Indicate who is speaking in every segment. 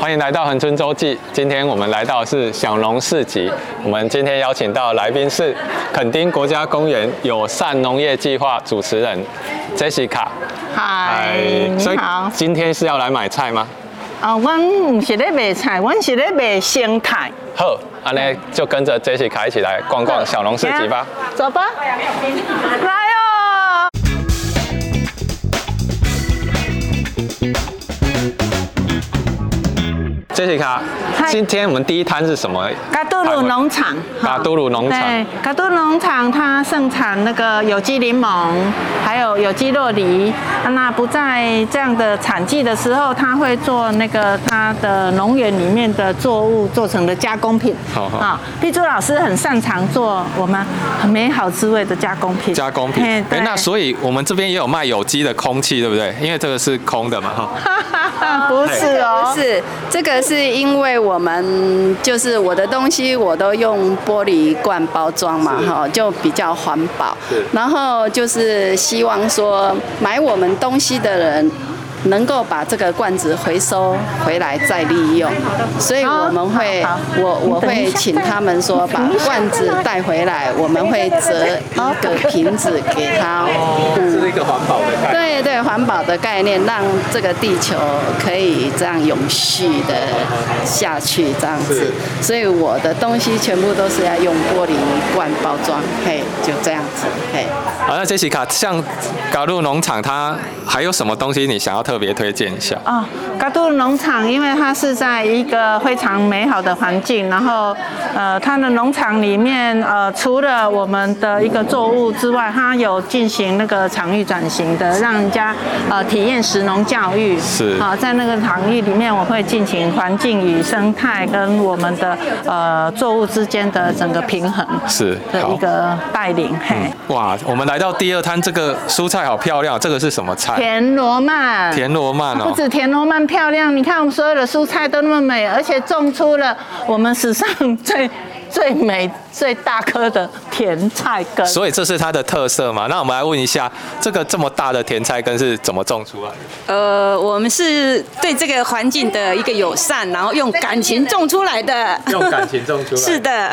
Speaker 1: 欢迎来到恒春周记。今天我们来到是享农市集，我们今天邀请到来宾是垦丁国家公园友善农业计划主持人 Jessica。
Speaker 2: 嗨，
Speaker 1: 所
Speaker 2: 你
Speaker 1: 以
Speaker 2: 好。
Speaker 1: 今天是要来买菜吗？
Speaker 2: 啊，阮唔是咧卖菜，阮是咧卖生态。
Speaker 1: 好，安尼就跟着 Jessica 一起来逛逛小农市集吧。
Speaker 2: 走吧。来哦。
Speaker 1: Jessica，
Speaker 2: 嗨
Speaker 1: 今天我们第一摊是什么？
Speaker 2: 嘎杜鲁农场，
Speaker 1: 嘎杜鲁农场
Speaker 2: 对，嘎杜鲁农场它盛产那个有机柠檬，还有有机洛梨。啊那不在这样的产季的时候，它会做那个它的农园里面的作物做成的加工品。
Speaker 1: 好好
Speaker 2: 啊，碧珠老师很擅长做我们很美好滋味的加工品。
Speaker 1: 加工品。
Speaker 2: 嘿
Speaker 1: 哎、
Speaker 2: 对
Speaker 1: 那所以我们这边也有卖有机的空气，对不对？因为这个是空的嘛，哈。
Speaker 2: 不是哦
Speaker 3: 不，是，这个是因为我们就是我的东西我都用玻璃罐包装嘛，哈，就比较环保
Speaker 1: 是。
Speaker 3: 然后就是希望说买我们东西的人。能够把这个罐子回收回来再利用，所以我们会
Speaker 2: 好好，
Speaker 3: 我我
Speaker 2: 你等一
Speaker 3: 会
Speaker 2: 下
Speaker 3: 请
Speaker 2: 再
Speaker 3: 他们说把罐子带回来，我们会折一个瓶子给他，嗯，
Speaker 1: 一个环保的 概。
Speaker 3: 对对，环保的概念，让这个地球可以这样永续的下去，这样子。所以我的东西全部都是要用玻璃罐包装，嘿，就这样子，嘿。
Speaker 1: 好，那 Jessica，像嘎路农场，它还有什么东西你想要特别推荐一下？
Speaker 2: 哦，嘎杜农场，因为它是在一个非常美好的环境，然后呃，它的农场里面呃，除了我们的一个作物之外，它有进行那个场域转型的，让人家呃体验食农教育。
Speaker 1: 是
Speaker 2: 啊、在那个场域里面，我会进行环境与生态跟我们的呃作物之间的整个平衡
Speaker 1: 是
Speaker 2: 的
Speaker 1: 好
Speaker 2: 一个带领。嘿，
Speaker 1: 哇，我们来到第二摊，这个蔬菜好漂亮，这个是什么菜？
Speaker 2: 田螺曼。
Speaker 1: 田螺曼
Speaker 2: 它不
Speaker 1: 哦。
Speaker 2: 止田螺曼漂亮，你看我们所有的蔬菜都那么美，而且种出了我们史上最 最美、最大颗的甜菜根。
Speaker 1: 所以这是它的特色嘛？那我们来问一下，这个这么大的甜菜根是怎么种出来的？
Speaker 4: 呃，我们是对这个环境的一个友善，然后用感情种出来的。
Speaker 1: 用感情种 出来。
Speaker 4: 是。的，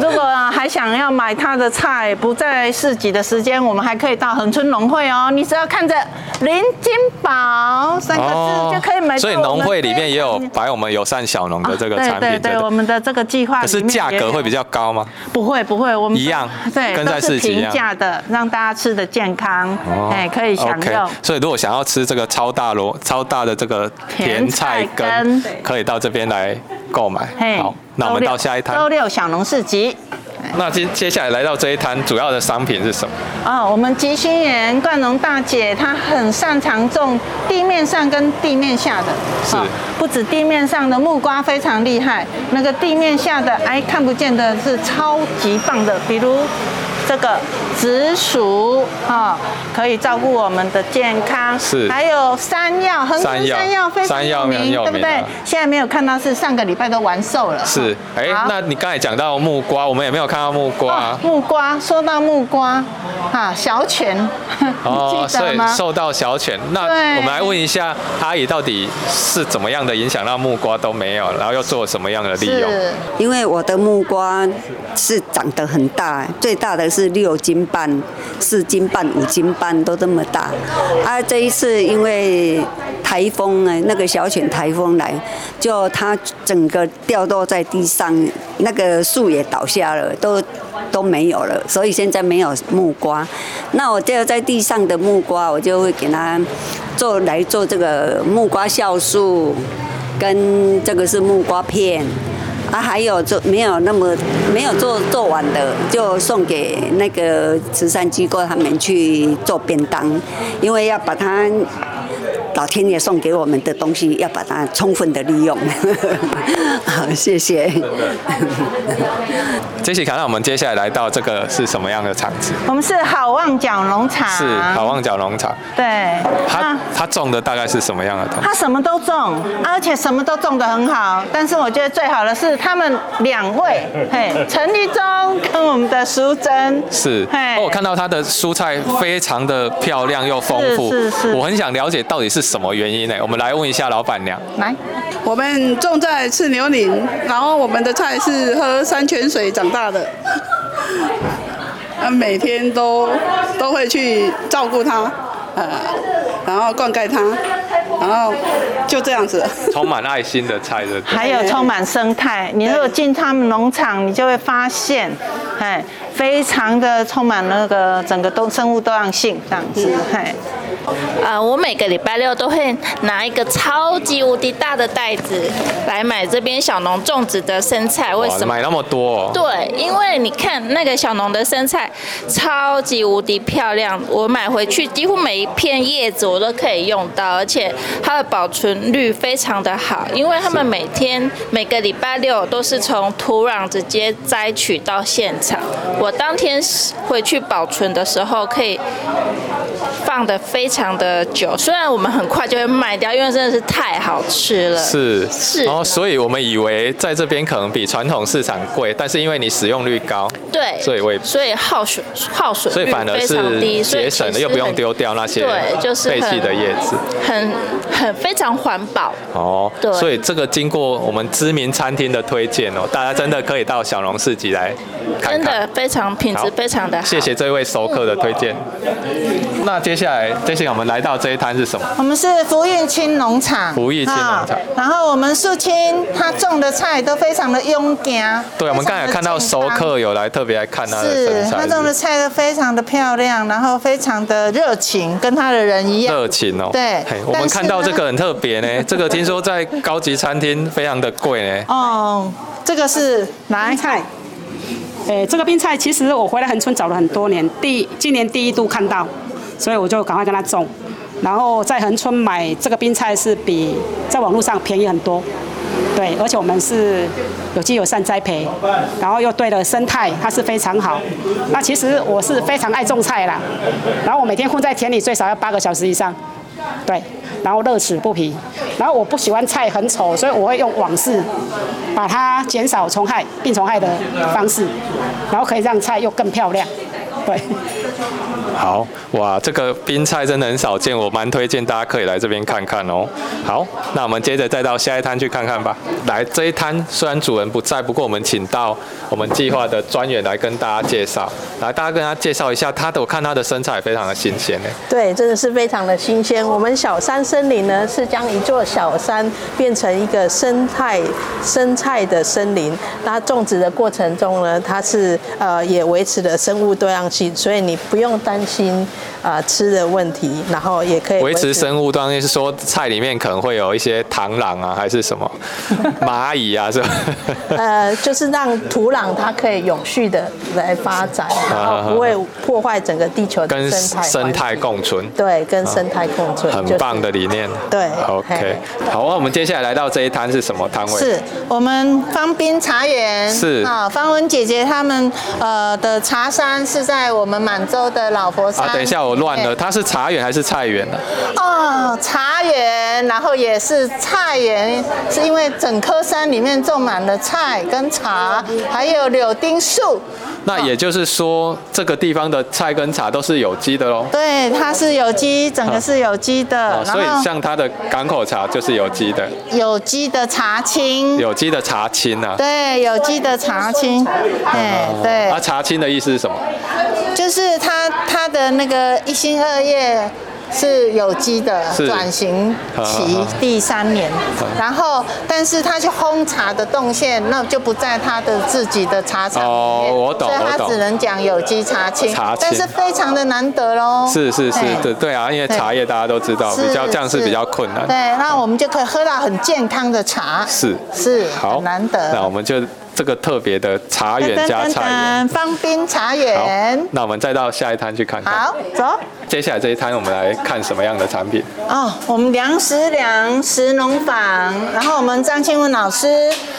Speaker 2: 如果还想要买它的菜，不在市集的时间，我们还可以到恒春农会哦。你只要看着“林金宝”三个字就可以买到
Speaker 1: 哦所以
Speaker 2: 我们
Speaker 1: 农会里面也有
Speaker 2: 非常
Speaker 1: 摆我们友善小农的这个产品，
Speaker 2: 对对
Speaker 1: 不
Speaker 2: 对，我们的这个计划
Speaker 1: 可是
Speaker 2: 里面
Speaker 1: 价
Speaker 2: 也
Speaker 1: 格
Speaker 2: 有
Speaker 1: 会比较高吗？
Speaker 2: 不会不会，我们
Speaker 1: 一样
Speaker 2: 对，
Speaker 1: 跟在
Speaker 2: 都是
Speaker 1: 市集一
Speaker 2: 平
Speaker 1: 样哦
Speaker 2: 价的，让大家吃的健康，哎，可以享
Speaker 1: OK，
Speaker 2: 用。
Speaker 1: 所以如果想要吃这个超大罗超大的这个甜菜根
Speaker 2: 甜菜，根
Speaker 1: 可以到这边来购买
Speaker 2: 嘿。
Speaker 1: 好，那我们
Speaker 2: 周六
Speaker 1: 到下一
Speaker 2: 周
Speaker 1: 摊。
Speaker 2: 六小农市集。
Speaker 1: 那接接下来来到这一摊，主要的商品是什么？
Speaker 2: 哦，我们吉星园冠农大姐她很擅长种地面上跟地面下的，啊
Speaker 1: 是
Speaker 2: 不止地面上的木瓜非常厉害，那个地面下的哎看不见的是超级棒的，比如这个紫薯啊、可以照顾我们的健康，
Speaker 1: 是
Speaker 2: 还有山药，恒
Speaker 1: 山
Speaker 2: 春
Speaker 1: 药
Speaker 2: 山药非常
Speaker 1: 山药
Speaker 2: 有
Speaker 1: 很
Speaker 2: 名，
Speaker 1: 有
Speaker 2: 对不
Speaker 1: 名
Speaker 2: 对
Speaker 1: 啊？
Speaker 2: 现在没有看到是上个礼拜都完售了，啊
Speaker 1: 是，哎、
Speaker 2: 好
Speaker 1: 那你刚才讲到木瓜，我们也没有看到木瓜、
Speaker 2: 哦木瓜，说到木瓜，啊，小犬， 你 记
Speaker 1: 哦所
Speaker 2: 得
Speaker 1: 以
Speaker 2: 吗？
Speaker 1: 受到小犬。那
Speaker 2: 对
Speaker 1: 我们来问一下阿姨，到底是怎么样的影响让木瓜都没有，然后又做什么样的利用？
Speaker 2: 是
Speaker 5: 因为我的木瓜是长得很大，最大的是六斤半、四斤半、五斤半都这么大。啊，这一次因为台风呢，那个小犬台风来，就它整个掉落在地上，那个树也倒下了，都都没有了，所以现在没有木瓜。那我掉在地上的木瓜，我就会给它做来做这个木瓜酵素，跟这个是木瓜片。啊，还有做没有那么没有做做完的，就送给那个慈善机构他们去做便当，因为要把它老天爷送给我们的东西，要把它充分的利用。 好，谢谢。
Speaker 1: 杰西卡，那我们接下来来到这个是什么样的场子？
Speaker 2: 我们是好望角农场，
Speaker 1: 是好望角农场，
Speaker 2: 对，
Speaker 1: 它
Speaker 2: 啊
Speaker 1: 它种的大概是什么样的东西？
Speaker 2: 他什么都种，而且什么都种得很好。但是我觉得最好的是他们两位， 嘿，陈立忠跟我们的淑珍，
Speaker 1: 是，
Speaker 2: 嘿
Speaker 1: 哦我看到它的蔬菜非常的漂亮又丰富，
Speaker 2: 是是是
Speaker 1: 我很想了解到底是什么原因呢？我们来问一下老板 娘。
Speaker 2: 来，
Speaker 6: 我们种在赤牛岭，然后我们的菜是喝山泉水长大的，啊，每天都都会去照顾它，呃，然后灌溉它，然后就这样子。
Speaker 1: 充满爱心的菜的，
Speaker 2: 还有充满生态。你如果进他们农场，你就会发现，哎，非常的充满那个整个动生物多样性这样子，哎。
Speaker 7: 呃，我每个礼拜六都会拿一个超级无敌大的袋子来买这边小农种植的生菜。为
Speaker 1: 哇
Speaker 7: 什么？
Speaker 1: 买那么多、哦？
Speaker 7: 对，因为你看那个小农的生菜超级无敌漂亮，我买回去几乎每一片叶子我都可以用到，而且它的保存率非常的好，因为他们每天每个礼拜六都是从土壤直接摘取到现场，我当天回去保存的时候可以放的非常的久，虽然我们很快就会卖掉，因为真的是太好吃了。
Speaker 1: 是
Speaker 7: 是
Speaker 1: 然后所以我们以为在这边可能比传统市场贵，但是因为你使用率高，
Speaker 7: 对，
Speaker 1: 所以我也
Speaker 7: 所以耗水耗水率
Speaker 1: 所以反而
Speaker 7: 非常
Speaker 1: 是
Speaker 7: 低，所以
Speaker 1: 节省
Speaker 7: 其
Speaker 1: 了，
Speaker 7: 实
Speaker 1: 又不用
Speaker 7: 很
Speaker 1: 丢掉那些
Speaker 7: 对，就是
Speaker 1: 废弃
Speaker 7: 很
Speaker 1: 的叶子。
Speaker 7: 很很非常环保。
Speaker 1: 哦，
Speaker 7: 对
Speaker 1: 所以这个经过我们知名餐厅的推荐哦，大家真的可以到小龙市集来看看。
Speaker 7: 真的非常品
Speaker 1: 好
Speaker 7: 质非常的好，
Speaker 1: 谢谢这位熟客的推荐。那接下来，接下来我们来到这一摊是什么？
Speaker 2: 我们是福运青农场，
Speaker 1: 福运青农场
Speaker 2: 啊然后我们树青他种的菜都非常的勇敢，
Speaker 1: 对，我们刚才有看到熟
Speaker 2: 非常地
Speaker 1: 客有来特别来看他的
Speaker 2: 健
Speaker 1: 生
Speaker 2: 康。是，他种的
Speaker 1: 菜，
Speaker 2: 菜都非常的漂亮，然后非常的热情，跟他的人一样。
Speaker 1: 热情哦。
Speaker 2: 对
Speaker 1: 嘿我们
Speaker 2: 但是
Speaker 1: 看到
Speaker 2: 呢
Speaker 1: 这个很特别呢，这个听说在高级餐厅非常的贵呢。
Speaker 2: 哦，这个是来
Speaker 8: 菜。诶，哎这个冰菜其实我回来恒春找了很多年，第今年第一度看到，所以我就赶快跟他种。然后在恒春买这个冰菜是比在网络上便宜很多，对，而且我们是有机友善栽培，然后又对了生态，它是非常好。那其实我是非常爱种菜啦，然后我每天混在田里最少要八个小时以上，对，然后乐此不疲。然后我不喜欢菜很丑，所以我会用网式把它减少虫害、病虫害的方式，然后可以让菜又更漂亮。对，
Speaker 1: 好哇，这个冰菜真的很少见，我蛮推荐大家可以来这边看看哦。好，那我们接着再到下一摊去看看吧。来这一摊虽然主人不在，不过我们请到我们计划的专员来跟大家介绍。来，大家跟他介绍一下他的，我看他的身材非常的新鲜欸诶。
Speaker 9: 对，真的是非常的新鲜。我们小山森林呢，是将一座小山变成一个生态生态的森林。那种植的过程中呢，它是呃也维持了生物多样性，所以你不用担心呃吃的问题，然后也可以
Speaker 1: 维持生物，当然是说菜里面可能会有一些螳螂啊，还是 什么蚂蚁啊，是吧？
Speaker 9: 呃，就是让土壤它可以永续的来发展，
Speaker 1: 啊
Speaker 9: 然后不会破坏整个地球的
Speaker 1: 跟
Speaker 9: 生态
Speaker 1: 生态
Speaker 9: 环境
Speaker 1: 共存。
Speaker 9: 对，跟生态共存，
Speaker 1: 很
Speaker 9: 就是
Speaker 1: 棒的理念，
Speaker 9: 对
Speaker 1: ，OK，好，那我们接下来来到这一摊是什么摊位？
Speaker 2: 是我们芳滨茶园，
Speaker 1: 是
Speaker 2: 啊、芳文姐姐他们呃的茶山是在我们满洲的老佛山。
Speaker 1: 啊，等一下我乱了，它是茶园还是菜园呢、啊
Speaker 2: 哦，茶园，然后也是菜园，是因为整棵山里面种满了菜跟茶，还有柳丁树。
Speaker 1: 那
Speaker 2: 哦
Speaker 1: 也就是说，这个地方的菜跟茶都是有机的喽。
Speaker 2: 对，它是有机，整个是有机的，
Speaker 1: 哦，所
Speaker 2: 呃然
Speaker 1: 以
Speaker 2: 后嗯
Speaker 1: 像它的港口茶就是有机的，
Speaker 2: 有机的茶青，
Speaker 1: 有哦机的茶青啊。
Speaker 2: 对，有机的茶青，哎，对
Speaker 1: 啊，，茶青的意思是什么？
Speaker 2: 就是它它的那个一心二叶是有机的
Speaker 1: 是
Speaker 2: 转型期第三年，然后但是它去烘茶的动线，那就不在它的自己的茶厂里面，
Speaker 1: 哦我懂
Speaker 2: 所以
Speaker 1: 我
Speaker 2: 它
Speaker 1: 懂
Speaker 2: 只能讲有机茶青，
Speaker 1: 茶青
Speaker 2: 但是非常的难得喽。
Speaker 1: 是是是
Speaker 2: 哎，
Speaker 1: 对对啊，因为茶叶大家都知道，比较这样是比较困难。
Speaker 2: 对，那我们就可以喝到很健康的茶，
Speaker 1: 是
Speaker 2: 是，
Speaker 1: 好
Speaker 2: 很难得。
Speaker 1: 那我们就这个特别的茶园加菜园。
Speaker 2: 噔噔噔噔芳槟茶
Speaker 1: 好
Speaker 2: 园，，
Speaker 1: 那我们再到下一摊去看看。
Speaker 2: 好，走。
Speaker 1: 接下来这一摊我们来看什么样的产品？
Speaker 2: 哦，我们粮食粮食农坊，然后我们张庆文老师，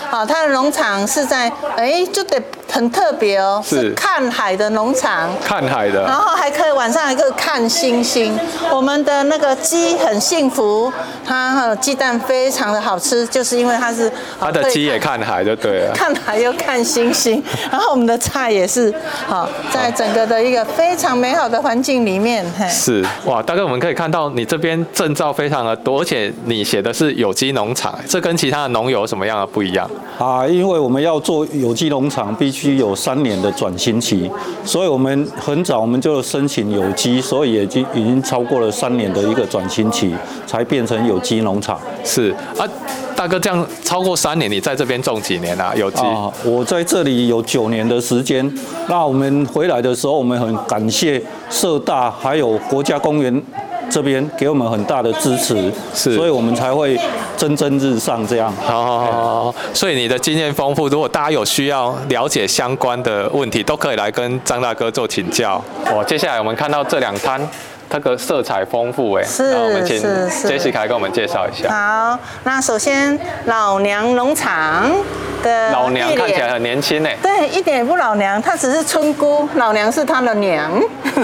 Speaker 2: 哦，他的农场是在，哎，就得很很特别哦，
Speaker 1: 是啊
Speaker 2: 是看海的农场。
Speaker 1: 看海
Speaker 2: 然
Speaker 1: 的，
Speaker 2: 后还可以晚上还可以看星星。我们的那个鸡很幸福，它呃鸡蛋非常的好吃，就是因为它是哦
Speaker 1: 它的鸡也看海就对了。
Speaker 2: 看海又看 星星，然后我们的菜也是好，在整个的一个非常美好的环境里面，嘿，
Speaker 1: 是哇，大概我们可以看到你这边证照非常的多，而且你写的是有机农场，这跟其他的农友有什么样的不一样？
Speaker 7: 啊，因为我们要做有机农场，必须有三年的转型期，所以我们很早我们就申请有机，所以已经已经超过了三年的一个转型期，才变成有机农场。
Speaker 1: 是啊，大哥这样超过三年，你在这边种几年啊？有机、
Speaker 7: 啊，我在这里有九年的时间。那我们回来的时候，我们很感谢社大还有国家公园这边给我们很大的支持，
Speaker 1: 是
Speaker 7: 所以我们才会蒸蒸日上这样。
Speaker 1: 好好好好，好哦所以你的经验丰富，如果大家有需要了解相关的问题，都可以来跟张大哥做请教。哦，接下来我们看到这两摊，它个色彩丰富哎，
Speaker 2: 是
Speaker 1: 然后我们请
Speaker 2: 是是啊
Speaker 1: Jessica 跟我们介绍一下。
Speaker 2: 好，那首先老娘农场的
Speaker 1: 老娘
Speaker 2: 地
Speaker 1: 看起
Speaker 2: 点
Speaker 1: 来很年 轻哎，
Speaker 2: 对，一点也不老娘，她只是村姑，老娘是她的娘。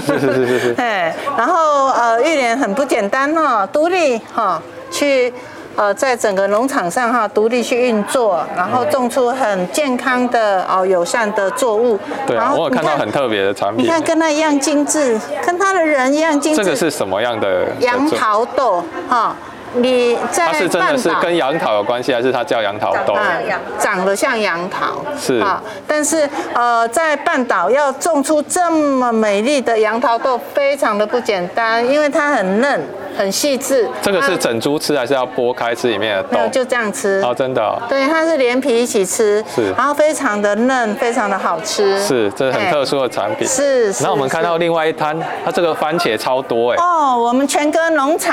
Speaker 1: 是是是是是
Speaker 2: 哎，然后呃，玉莲很不简单哈、独立哈、去呃，在整个农场上哈、独立去运作，然后种出很健康的哦、友善的作物。
Speaker 1: 对
Speaker 2: 然
Speaker 1: 啊，
Speaker 2: 后
Speaker 1: 我有看到
Speaker 2: 你
Speaker 1: 很特别的产品
Speaker 2: 你。看跟她一样精致，跟她的人一样精致。
Speaker 1: 这个是什么样的？
Speaker 2: 杨桃豆哈、你在
Speaker 1: 它是真的
Speaker 2: 半
Speaker 1: 是
Speaker 2: 岛
Speaker 1: 跟杨桃有关系，还是它叫杨桃豆？
Speaker 2: 啊，长得像杨桃，
Speaker 1: 哦是
Speaker 2: 但是呃，在半岛要种出这么美丽的杨桃豆，非常的不简单，因为它很嫩，很细致。
Speaker 1: 这个是
Speaker 2: 它
Speaker 1: 整株吃，还是要剥开吃里面的
Speaker 2: 没有
Speaker 1: 豆？
Speaker 2: 就这嗯样吃。
Speaker 1: 哦，真的哦、
Speaker 2: 对，它是连皮一起吃，
Speaker 1: 是
Speaker 2: 然后非常的嫩，非常的好吃，
Speaker 1: 是，这是很
Speaker 2: 哎
Speaker 1: 特殊的产品。
Speaker 2: 是是
Speaker 1: 然后我们看到
Speaker 2: 是
Speaker 1: 另外一摊，它这个番茄超多哎，
Speaker 2: 哦，我们全哥农场，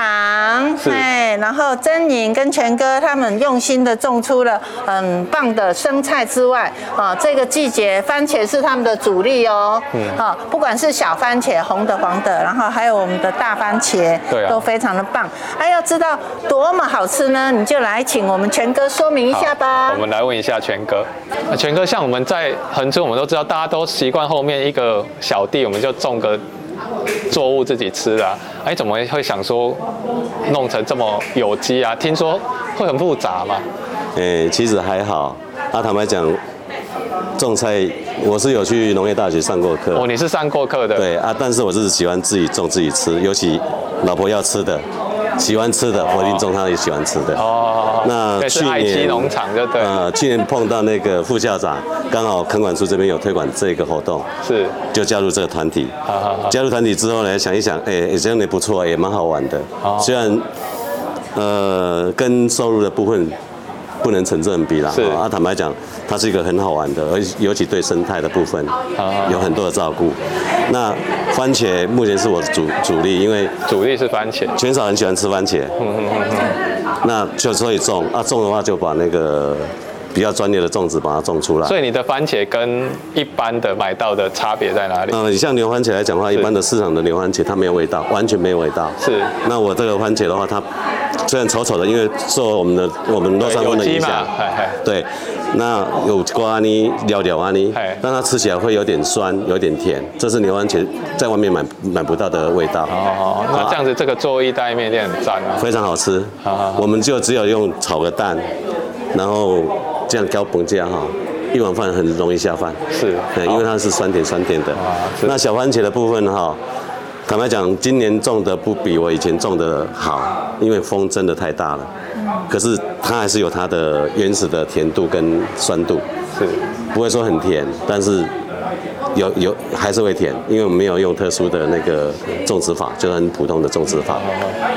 Speaker 1: 是
Speaker 2: 哎，然后珍妮跟全哥他们用心的种出了很棒的生菜之外，啊，这个季节番茄是他们的主力哦，
Speaker 1: 嗯
Speaker 2: 啊，不管是小番茄、红的、黄的，然后还有我们的大番茄，
Speaker 1: 对啊
Speaker 2: 都非常的棒。哎、要知道多么好吃呢，你就来请我们全哥说明一下吧
Speaker 1: 我。们来问一下全哥。那全哥，像我们在横村，我们都知道大家都习惯后面一个小地，我们就种个作物自己吃啦、哎，怎么会想说弄成这么有机啊？听说会很复杂嘛？
Speaker 10: 诶、其实还好。啊，坦白讲，种菜我是有去农业大学上过课。
Speaker 1: 哦，你是上过课的。
Speaker 10: 对啊，但是我是喜欢自己种自己吃，尤其老婆要吃的，喜欢吃的，我一定种她也喜欢吃的。
Speaker 1: 哦，
Speaker 10: 那
Speaker 1: 对，
Speaker 10: 去
Speaker 1: 是爱基
Speaker 10: 年
Speaker 1: 农场就对了。
Speaker 10: 呃，去年碰到那个副校长，刚好垦管处这边有推广这个活动，
Speaker 1: 是，
Speaker 10: 就加入这个团体。
Speaker 1: 好好好，
Speaker 10: 加入团体之后呢，想一想，哎、也这样也不错，也蛮好玩的。
Speaker 1: 哦
Speaker 10: 虽然呃跟收入的部分不能成正比啦，
Speaker 1: 是
Speaker 10: 啊，坦白讲，它是一个很好玩的，而尤其对生态的部分
Speaker 1: 哦
Speaker 10: 有很多的照顾。那番茄目前是我的主主力，因为
Speaker 1: 啊主力是番茄。
Speaker 10: 全少很喜欢吃番茄，那就所以种啊，种的话就把那个比较专业的种植把它种出来。
Speaker 1: 所以你的番茄跟一般的买到的差别在哪里？
Speaker 10: 呃，你像牛番茄来讲的话，一般的市场的牛番茄它没有味道，完全没有味道。
Speaker 1: 是
Speaker 10: 那我这个番茄的话，它虽然丑丑的，因为受我们的我们洛杉
Speaker 1: 有
Speaker 10: 矶的
Speaker 1: 机
Speaker 10: 影
Speaker 1: 嘛
Speaker 10: 响，，
Speaker 1: 哎哎，
Speaker 10: 对，那有瓜泥、料料啊泥
Speaker 1: 嘿，
Speaker 10: 但它吃起来会有点酸，有点甜，这是牛番茄在外面买买不到的味道。
Speaker 1: 哦，那这样子这个做意大利面店很赞啊。
Speaker 10: 非常好吃。
Speaker 1: 好好好
Speaker 10: 我们就只有用炒个蛋，然后这样高崩价哈，一碗饭很容易下饭。
Speaker 1: 是
Speaker 10: 对，
Speaker 1: 好哦
Speaker 10: 因为它是酸甜酸甜的
Speaker 1: 是。
Speaker 10: 那小番茄的部分哈，坦白讲，今年种的不比我以前种的好，因为风真的太大了。可是它还是有它的原始的甜度跟酸度，
Speaker 1: 是
Speaker 10: 不会说很甜，但是有有还是会甜，因为我们没有用特殊的那个种植法，就是很普通的种植法。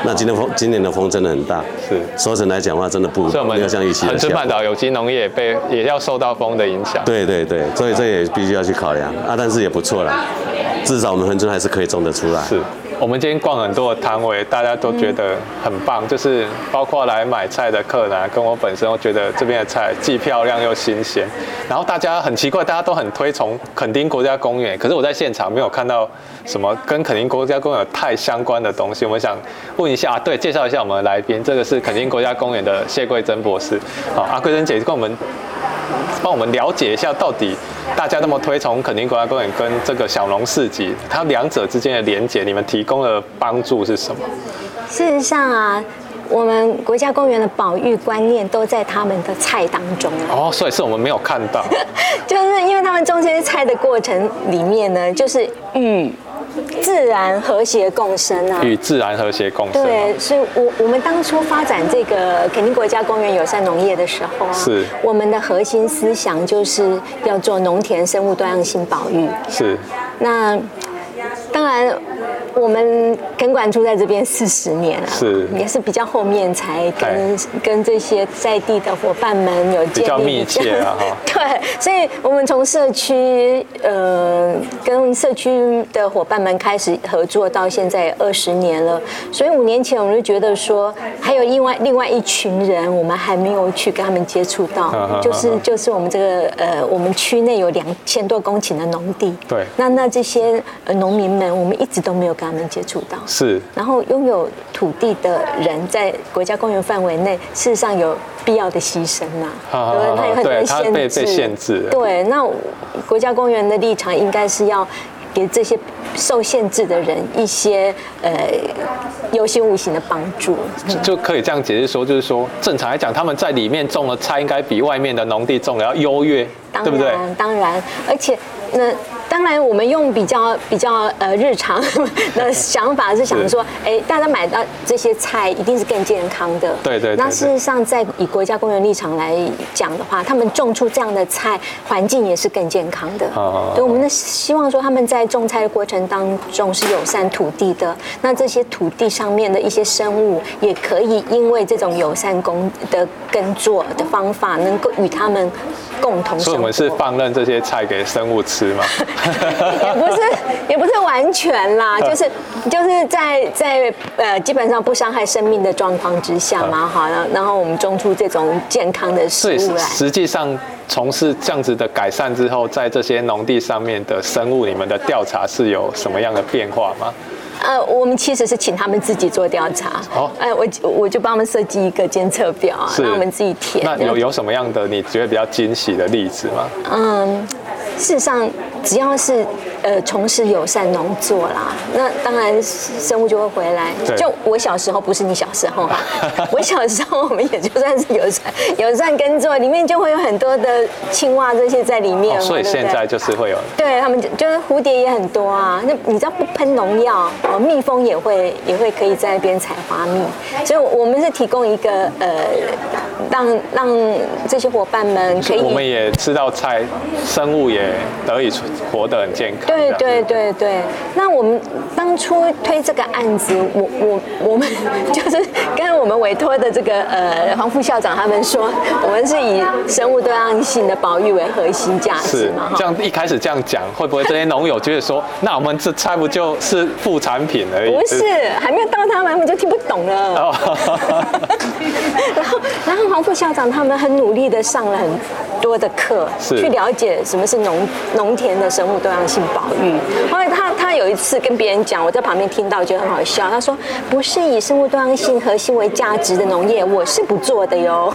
Speaker 10: 那今天风今年的风真的很大，
Speaker 1: 哦是
Speaker 10: 收成来讲的话，真的不
Speaker 1: 所以我
Speaker 10: 没
Speaker 1: 们
Speaker 10: 有像预期
Speaker 1: 恒
Speaker 10: 的
Speaker 1: 春
Speaker 10: 效
Speaker 1: 半
Speaker 10: 果。
Speaker 1: 岛有机农业也被也要受到风的影响。
Speaker 10: 对对对，所以这也必须要去考量啊，但是也不错啦，至少我们恒春还是可以种得出来。
Speaker 1: 是我们今天逛很多的摊位，大家都觉得很棒，就是包括来买菜的客人啊、跟我本身都觉得这边的菜既漂亮又新鲜。然后大家很奇怪，大家都很推崇垦丁国家公园，可是我在现场没有看到什么跟垦丁国家公园有太相关的东西。我们想问一下啊，对，介绍一下我们的来宾，这个是垦丁国家公园的谢桂珍博士。好，阿桂珍姐跟我们帮我们了解一下，到底大家那么推崇垦丁国家公园跟这个小农市集，它两者之间的连结，你们提供的帮助是什么？
Speaker 10: 事实上啊，我们国家公园的保育观念都在他们的菜当中啊，
Speaker 1: 哦，所以是我们没有看到。
Speaker 10: 就是因为他们中间菜的过程里面呢，就是与自然和谐共生啊。
Speaker 1: 与自然和谐共生。
Speaker 10: 对，所以我我们当初发展这个肯定国家公园友善农业的时候啊，
Speaker 1: 是
Speaker 10: 我们的核心思想就是要做农田生物多样性保育。
Speaker 1: 是
Speaker 10: 那当然，我们垦管处在这边四十年了，
Speaker 1: 是哎
Speaker 10: 也是比较后面才跟跟这些在地的伙伴们有建立
Speaker 1: 比较密切 啊哈
Speaker 10: 对，所以我们从社区呃跟社区的伙伴们开始合作到现在二十年了，所以五年前我们就觉得说，还有另外另外一群人，我们还没有去跟他们接触
Speaker 1: 嗯嗯
Speaker 10: 到
Speaker 1: 嗯，
Speaker 10: 就是
Speaker 1: 嗯
Speaker 10: 就是我们这个呃我们区内有两千多公顷的农地，
Speaker 1: 对，
Speaker 10: 那那这些呃农民们，我们一直都没有跟他们接触到。
Speaker 1: 是
Speaker 10: 然后拥有土地的人，在国家公园范围内，事实上有必要的牺牲呐、
Speaker 1: 好好
Speaker 10: 对
Speaker 1: 好
Speaker 10: 他有很多
Speaker 1: 嗯对
Speaker 10: 的
Speaker 1: 他
Speaker 10: 限制，
Speaker 1: 被被限制了
Speaker 10: 对，那国家公园的立场应该是要给这些受限制的人一些呃有形无形的帮助。
Speaker 1: 就就可以这样解释说，就是说，正常来讲，他们在里面种的菜应该比外面的农地种的要优越，
Speaker 10: 当
Speaker 1: 对不对？
Speaker 10: 然，当然，而且那当然，我们用比较比较呃日常 的想法是想说，哎，大家买到这些菜一定是更健康的。
Speaker 1: 对对对
Speaker 10: 那
Speaker 1: 对
Speaker 10: 事实上，在以国家公园立场来讲的话，他们种出这样的菜，环境也是更健康的。
Speaker 1: 哦
Speaker 10: 对，我们的希望说他们在种菜的过程当中是友善土地的，那这些土地上面的一些生物也可以因为这种友善工的耕作的方法，能够与他们共同
Speaker 1: 所
Speaker 10: 生
Speaker 1: 以我
Speaker 10: 活
Speaker 1: 们。是放任这些菜给生物吃 嘛？
Speaker 10: 也 不是，也不是完 全啦，
Speaker 1: 嗯
Speaker 10: 就是就是在在呃，基本上不伤害生命的状况之下 嘛，哈，然后然后我们种出这种健康的食
Speaker 1: 所 以
Speaker 10: 物来。
Speaker 1: 实际上从事这样子的改善之后，在这些农地上面的生物，你们的调查是有什么样的变化吗？
Speaker 10: 呃，我们其实是请他们自己做调查。
Speaker 1: 哦，
Speaker 10: 哎，我我就帮他们设计一个监测表啊，
Speaker 1: 是
Speaker 10: 让我们自己填。
Speaker 1: 那有有什么样的你觉得比较惊喜的例子吗？
Speaker 10: 嗯，事实上，只要是呃从事友善农作啦，那当然生物就会回来
Speaker 11: 对。
Speaker 10: 就我小时候，不是你小时 候啊，我小时候我们也就算是友善友善耕作，里面就会有很多的青蛙这些在里面
Speaker 1: 哦，
Speaker 10: 嘛、
Speaker 1: 所以
Speaker 10: 对不对
Speaker 1: 现在就是会有
Speaker 10: 对他们就就是蝴蝶也很多啊，那你知道不喷农药，哦，蜜蜂也会也会可以在那边采花蜜，所以我们是提供一个呃，让让这些伙伴们可以
Speaker 1: 我们也吃到菜，生物也得以活得很健康。
Speaker 10: 对对对对，那我们当初推这个案子，我我我们 就是跟我们委托的这个呃黄副校长他们说，我们是以生物多样性的保育为核心价值
Speaker 1: 是
Speaker 10: 嘛，哈
Speaker 1: 这。样，一开始这样讲，会不会这些农友觉得说， 那我们这菜不就是副产品而已？
Speaker 10: 不是，还没有到他们，他们就听不懂了。
Speaker 1: 哦
Speaker 10: 然后，然后黄副校长他们很努力的上了很多的课，
Speaker 11: 是
Speaker 10: 去了解什么是农农田的生物多样性保育。后来他他有一次跟别人讲，我在旁边听到觉得很好笑，他说不是以生物多样性核心为价值的农业，我是不做的哟。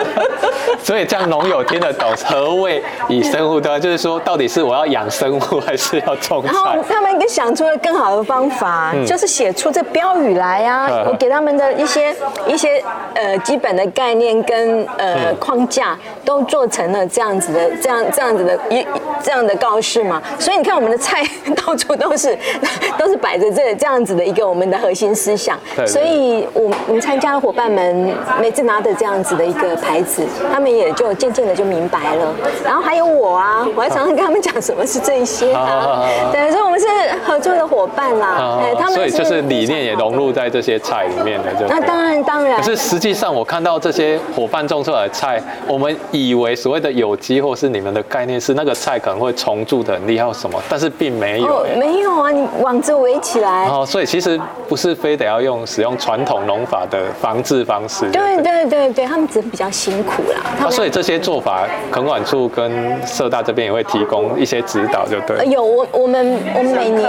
Speaker 1: 所以这样农友听得懂何谓以生物的，就是说到底是我要养生物还是要种
Speaker 10: 然后
Speaker 1: 菜？
Speaker 10: 他们也想出了更好的方法，
Speaker 1: 嗯
Speaker 10: 就是写出这标语来啊。
Speaker 1: 嗯
Speaker 10: 我给他们的一些一些呃基本的概念跟呃、
Speaker 11: 嗯
Speaker 10: 框架，都做成了这样子的这样这样子的一这样的告示嘛。所以你看我们的菜 到处都是 都是摆着这这样子的一个我们的核心思想。
Speaker 11: 对对
Speaker 10: 所以我我们参加的伙伴们每次拿着这样子的一个牌子，他们也就渐渐的就明白了。然后还有我啊，我还常常跟他们讲什么是这一些
Speaker 1: 好好好
Speaker 10: 啊
Speaker 1: 好好，
Speaker 10: 对，所以我们是合作的伙伴啦，哎，他
Speaker 1: 啊
Speaker 10: 们
Speaker 1: 所以就是理念也融入在这些菜里面了，就
Speaker 10: 那当然当然
Speaker 1: 可，是实际上，我看到这些伙伴种出来的菜，我们以为所谓的有机或是你们的概念是那个菜可能会重蛀的很厉害或什么，但是并没有、
Speaker 10: 哦，没有啊，你网子围起来。
Speaker 1: 哦，所以其实不是非得要用使用传统农法的防治方式。
Speaker 10: 对对对对，他们只是比较辛苦啦。他
Speaker 1: 啊，
Speaker 10: 们
Speaker 1: 所以这些做法，垦管处跟社大这边也会提供一些指导，就对了
Speaker 10: 呃。有我我们我们每年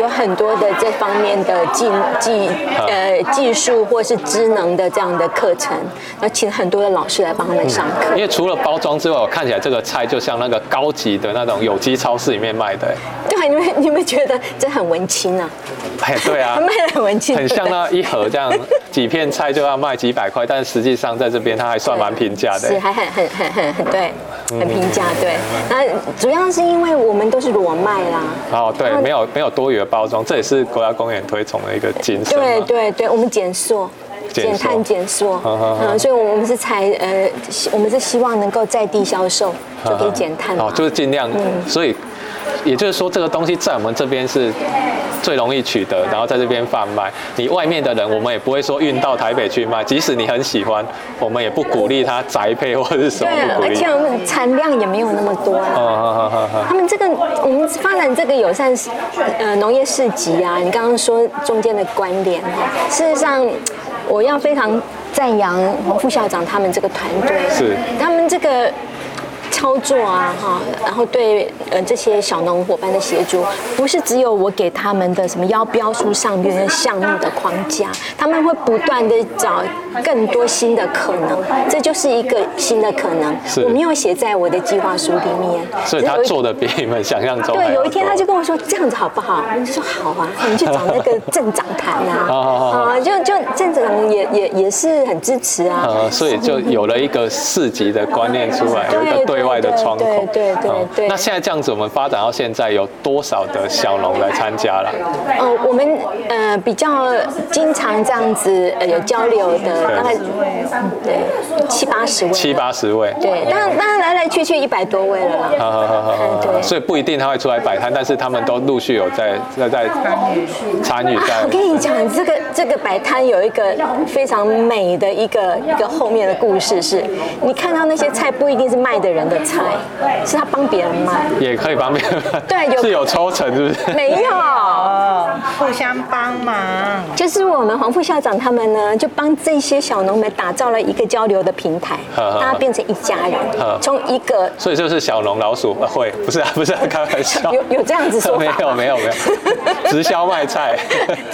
Speaker 10: 有很多的这方面的技技
Speaker 1: 好
Speaker 10: 呃技术或是职能的这样的课程，然后请很多的老师来帮他们上课。
Speaker 1: 因为除了包装之外，我看起来这个菜就像那个高级的那种有机超市里面卖 的、
Speaker 10: 对，你们你们觉得这很文青啊？
Speaker 1: 哎，对 啊，
Speaker 10: 卖的很文青，
Speaker 1: 很像那一盒这样，几片菜就要卖几百块，但实际上在这边它还算蛮平价的、
Speaker 10: 是还很很很很很对，
Speaker 1: 嗯
Speaker 10: 很平价对。那主要是因为我们都是裸卖啦。
Speaker 1: 哦，对，没有没有多余的包装，这也是国家公园推崇的一个精神。
Speaker 10: 对对对，我们减塑。
Speaker 1: 减
Speaker 10: 减
Speaker 1: 塑
Speaker 10: 碳减塑，
Speaker 1: 好好好
Speaker 10: 嗯，所以我们是才呃，希我们是希望能够在地销售，就可以减碳嘛
Speaker 1: 哦，就是尽量，
Speaker 10: 嗯
Speaker 1: 所以也就是说，这个东西在我们这边是最容易取得，然后在这边贩卖。你外面的人，我们也不会说运到台北去卖，即使你很喜欢，我们也不鼓励他宅配或者是什
Speaker 10: 对
Speaker 1: 么，
Speaker 10: 啊
Speaker 1: 不，鼓
Speaker 10: 而
Speaker 1: 励
Speaker 10: 且。我们产量也没有那么多啊。
Speaker 1: 哦，好好好好
Speaker 10: 他。嗯们这个，我们发展这个友善市呃农业市集啊，你刚刚说中间的关联哈，事实上我要非常赞扬黄副校长他们这个团队，
Speaker 11: 是
Speaker 10: 他们这个。操作啊，哈，然后对呃这些小农伙伴的协助，不是只有我给他们的什么腰标书上面的项目的框架，他们会不断的找更多新的可能，这就是一个新的可能。
Speaker 1: 是
Speaker 10: 我没有写在我的计划书里面，
Speaker 1: 嗯所以
Speaker 10: 只
Speaker 1: 他
Speaker 10: 有一
Speaker 1: 做的比你们想象中还
Speaker 10: 啊对，
Speaker 1: 要
Speaker 10: 有一天
Speaker 1: 多
Speaker 10: 他就跟我说这样子好不好？我就说好啊，我们去找那个镇 长谈
Speaker 1: 好好好好
Speaker 10: 啊。啊，就就镇长也也也是很支持啊。
Speaker 1: 呃，所以就有了一个市集的观念出来，有一个对外的窗口。
Speaker 10: 对对对
Speaker 1: 嗯
Speaker 10: 对
Speaker 1: 那现在这样子，我们发展到现在有多少的小农来参加了？
Speaker 10: 呃，我们呃比较经常这样子呃有交流的，
Speaker 1: 对
Speaker 10: 大概嗯对七八十位。
Speaker 1: 七八十位。
Speaker 10: 对，当然当然来来去去一百多位了啦。嗯
Speaker 1: 好好好好好 好，所以不一定他会出来摆摊，但是他们都陆续有在在在参与
Speaker 10: 啊
Speaker 1: 在
Speaker 10: 我。跟你讲，这个这个摆摊有一个非常美的一个一个后面的故事是，你看到那些菜不一定是卖的人的菜，是他帮别人卖。
Speaker 1: 也可以帮别人，
Speaker 10: 对有
Speaker 1: 是有抽成，是不是？
Speaker 10: 没有，
Speaker 2: 哦
Speaker 12: 互相帮忙。
Speaker 10: 就是我们黄副校长他们呢，就帮这些小农们打造了一个交流的平台，
Speaker 1: 呵呵
Speaker 10: 大家变成一家人
Speaker 1: 呵，
Speaker 10: 从一个
Speaker 1: 所以就是小农老鼠会，不是啊，不是啊，开玩笑。
Speaker 10: 有 有这样子说法
Speaker 1: 没有没有没 有，直销卖菜。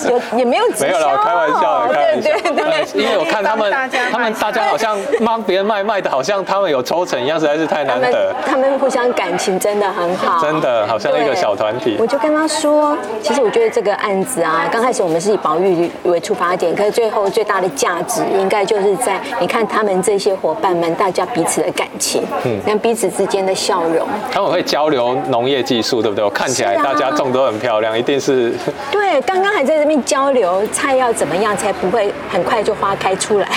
Speaker 10: 有也没有 直
Speaker 1: 没有
Speaker 10: 销
Speaker 1: 啦，
Speaker 10: 哦
Speaker 1: 开玩笑的，开玩笑呃
Speaker 10: 对对对
Speaker 1: 的。因为我看他们
Speaker 10: 帮大家，
Speaker 1: 他们大家好像帮别人卖卖的，好像他们有抽成一样，实在是太
Speaker 10: 他
Speaker 1: 难
Speaker 10: 们
Speaker 1: 得。
Speaker 10: 他们互相感情真的很好，
Speaker 1: 真的好像一个小团体
Speaker 10: 我就跟他说，其实我觉得这个案子啊，刚开始我们是以保育为出发点，可是最后最大的价值应该就是在你看他们这些伙伴们大家彼此的感情，
Speaker 1: 嗯
Speaker 10: 嗯，跟彼此之间的笑容。
Speaker 1: 他们会交流农业技术，对不对？我看起来
Speaker 10: 是啊
Speaker 1: 大家种都很漂亮，一定是
Speaker 10: 对，刚刚还在这边交流菜要怎么样才不会很快就花开出来。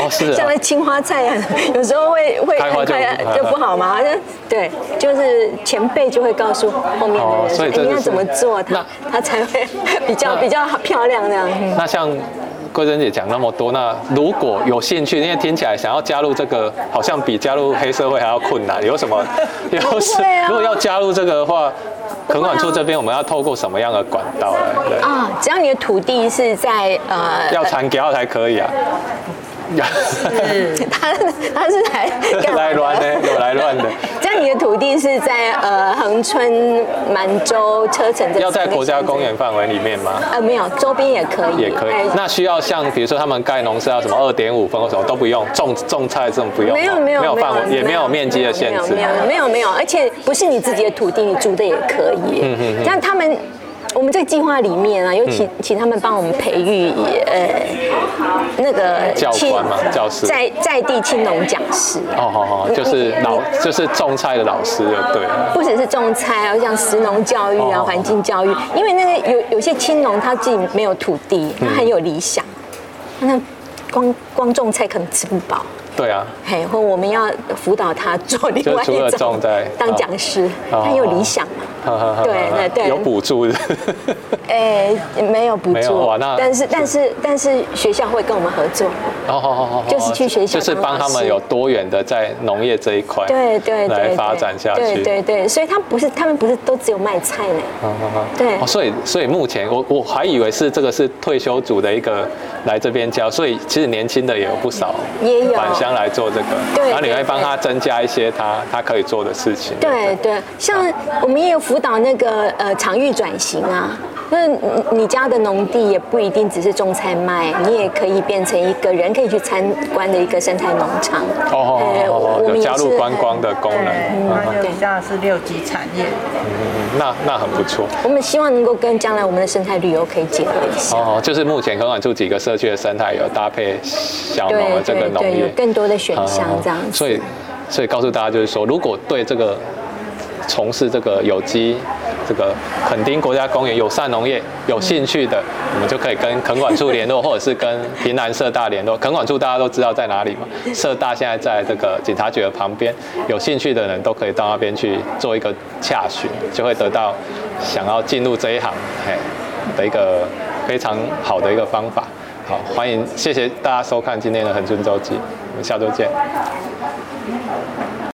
Speaker 1: 哦是啊
Speaker 10: 像那青花菜啊，有时候会会
Speaker 1: 开花
Speaker 10: 很
Speaker 1: 就啊
Speaker 10: 快啊
Speaker 1: 不好
Speaker 10: 就不好嘛，好像对，就是前辈就会告诉后面的
Speaker 1: 哦
Speaker 10: 人说，
Speaker 1: 所以
Speaker 10: 哎
Speaker 1: 这
Speaker 10: 你
Speaker 1: 就
Speaker 10: 要
Speaker 1: 是
Speaker 10: 怎么做，它它才会比较比较漂亮那样。嗯
Speaker 1: 那像桂珍姐讲那么多，那如果有兴趣，因为听起来想要加入这个，好像比加入黑社会还要困难，有 什么？有什、
Speaker 10: 啊
Speaker 1: 如果要加入这个的话，垦管处这边我们要透过什么样的管道来？对，
Speaker 10: 啊，只要你的土地是在呃，
Speaker 1: 要产给才可以啊。
Speaker 10: 他他是来干嘛
Speaker 1: 来乱的，有来乱的，
Speaker 10: 只要你的土地是在呃恒春、满洲、车城这
Speaker 1: 要在
Speaker 10: 三个
Speaker 1: 国家
Speaker 10: 乡镇
Speaker 1: 公园范围里面吗？
Speaker 10: 呃没有，周边也可以，
Speaker 1: 也可以
Speaker 10: 哎。
Speaker 1: 那需要像比如说他们盖农舍啊要什么二点五分或什么都不用，种种菜这种不用吗，
Speaker 10: 没有没有
Speaker 1: 没有范围，也没有面积的限制，
Speaker 10: 没有没有没有没有，而且不是你自己的土地，你租的也可以。
Speaker 1: 嗯嗯嗯
Speaker 10: 像他们。我们这个计划里面啊，有请
Speaker 1: 嗯
Speaker 10: 请他们帮我们培育呃那个
Speaker 1: 教
Speaker 10: 青
Speaker 1: 官嘛教师
Speaker 10: 在在地青农讲师，
Speaker 1: 哦好好，就是老就是种菜的老师就对了。
Speaker 10: 不只是种菜啊，像食农教育
Speaker 1: 哦
Speaker 10: 啊、环境教育，因为那个有有些青农他自己没有土地，他
Speaker 1: 嗯
Speaker 10: 很有理想，那光光种菜可能吃不饱，
Speaker 1: 对啊，
Speaker 10: 嘿，或我们要辅导他做另外
Speaker 1: 就除了
Speaker 10: 一种
Speaker 1: 种在
Speaker 10: 当讲师，
Speaker 1: 哦
Speaker 10: 他有理想嘛。
Speaker 1: 哈哈哈哈
Speaker 10: 对对对
Speaker 1: 有补助的，
Speaker 10: 哎，没有补
Speaker 1: 没有
Speaker 10: 助
Speaker 1: 哇那，
Speaker 10: 但是但是但是学校会跟我们合作。
Speaker 1: 哦好好好，
Speaker 10: 就是去学校
Speaker 1: 就是帮他
Speaker 10: 当老
Speaker 1: 们
Speaker 10: 师
Speaker 1: 有多元的在农业这一块，
Speaker 10: 对对对，
Speaker 1: 来
Speaker 10: 对
Speaker 1: 发展下去，
Speaker 10: 对对对，所以他不是他们不是都只有卖菜呢，
Speaker 1: 啊啊啊
Speaker 10: 对
Speaker 1: 哦，所以所以目前我我还以为是这个是退休组的一个来这边教，所以其实年轻的也有不少
Speaker 10: 也有
Speaker 1: 返乡来做这个，
Speaker 10: 对
Speaker 1: 然后你
Speaker 10: 对
Speaker 1: 会帮他增加一些他他可以做的事情，
Speaker 10: 对对，像我们也有辅导那个呃场域转型啊。那你你家的农地也不一定只是种菜卖，你也可以变成一个人可以去参观的一个生态农场。
Speaker 1: 哦哦
Speaker 10: 呃
Speaker 1: 哦哦，
Speaker 10: 我
Speaker 1: 有
Speaker 10: 们也
Speaker 1: 加入
Speaker 10: 是
Speaker 1: 观光的功能，嗯
Speaker 10: 嗯
Speaker 1: 嗯
Speaker 10: 对
Speaker 12: 那是六级产业。
Speaker 1: 嗯那那很不错。
Speaker 10: 我们希望能够跟将来我们的生态旅游可以结合一下。
Speaker 1: 哦，就是目前垦管处几个社区的生态有搭配小农
Speaker 10: 对
Speaker 1: 的这个
Speaker 10: 对
Speaker 1: 农
Speaker 10: 对，有
Speaker 1: 业，
Speaker 10: 更多的选项
Speaker 1: 哦
Speaker 10: 这样子。
Speaker 1: 所以，所以告诉大家就是说，如果对这个从事这个有机、这个垦丁国家公园友善农业有兴趣的，你们就可以跟垦管处联络，或者是跟平南社大联络。垦管处大家都知道在哪里嘛，社大现在在这个警察局的旁边，有兴趣的人都可以到那边去做一个洽询，就会得到想要进入这一行嘿的一个非常好的一个方法。好，欢迎，谢谢大家收看今天的恒春周记，我们下周见。